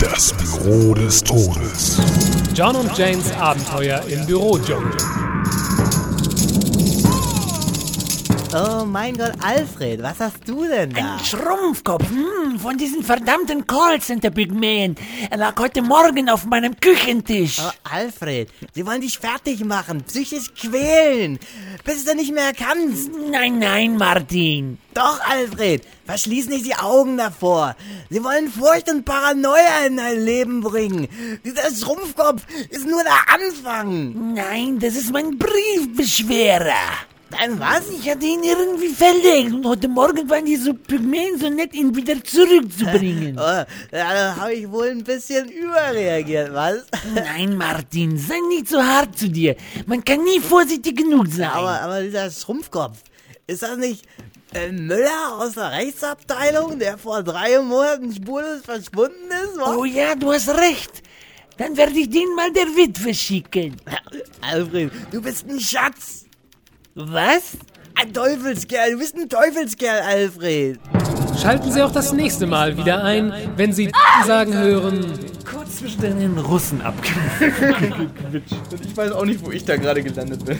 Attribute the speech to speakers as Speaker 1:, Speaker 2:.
Speaker 1: Das Büro des Todes.
Speaker 2: John und Janes Abenteuer im Bürodschungel.
Speaker 3: Oh mein Gott, Alfred, was hast du denn da?
Speaker 4: Ein Schrumpfkopf hm, von diesen verdammten Callcenter-Pygmäen. Er lag heute Morgen auf meinem Küchentisch.
Speaker 3: Oh, Alfred, sie wollen dich fertig machen, psychisch quälen, bis du nicht mehr kannst.
Speaker 4: Nein, nein, Martin.
Speaker 3: Doch, Alfred, verschließ nicht die Augen davor. Sie wollen Furcht und Paranoia in dein Leben bringen. Dieser Schrumpfkopf ist nur der Anfang.
Speaker 4: Nein, das ist mein Briefbeschwerer.
Speaker 3: Dein was?
Speaker 4: Ich hatte ihn irgendwie verlegt und heute Morgen waren diese Pygmäen so nett, ihn wieder zurückzubringen.
Speaker 3: Oh, da habe ich wohl ein bisschen überreagiert, was?
Speaker 4: Nein, Martin, sei nicht so hart zu dir. Man kann nie vorsichtig genug sein.
Speaker 3: Aber, aber dieser Schrumpfkopf, ist das nicht äh, Müller aus der Rechtsabteilung, der vor drei Monaten spurlos verschwunden ist?
Speaker 4: oh ja, du hast recht. Dann werde ich den mal der Witwe schicken.
Speaker 3: Alfred, du bist ein Schatz.
Speaker 4: Was?
Speaker 3: Ein Teufelskerl, du bist ein Teufelskerl, Alfred.
Speaker 2: Schalten Sie auch das nächste Mal wieder ein, wenn Sie sagen hören.
Speaker 4: Kurz zwischen den Russen abgequetscht.
Speaker 5: Ich weiß auch nicht, wo ich da gerade gelandet bin.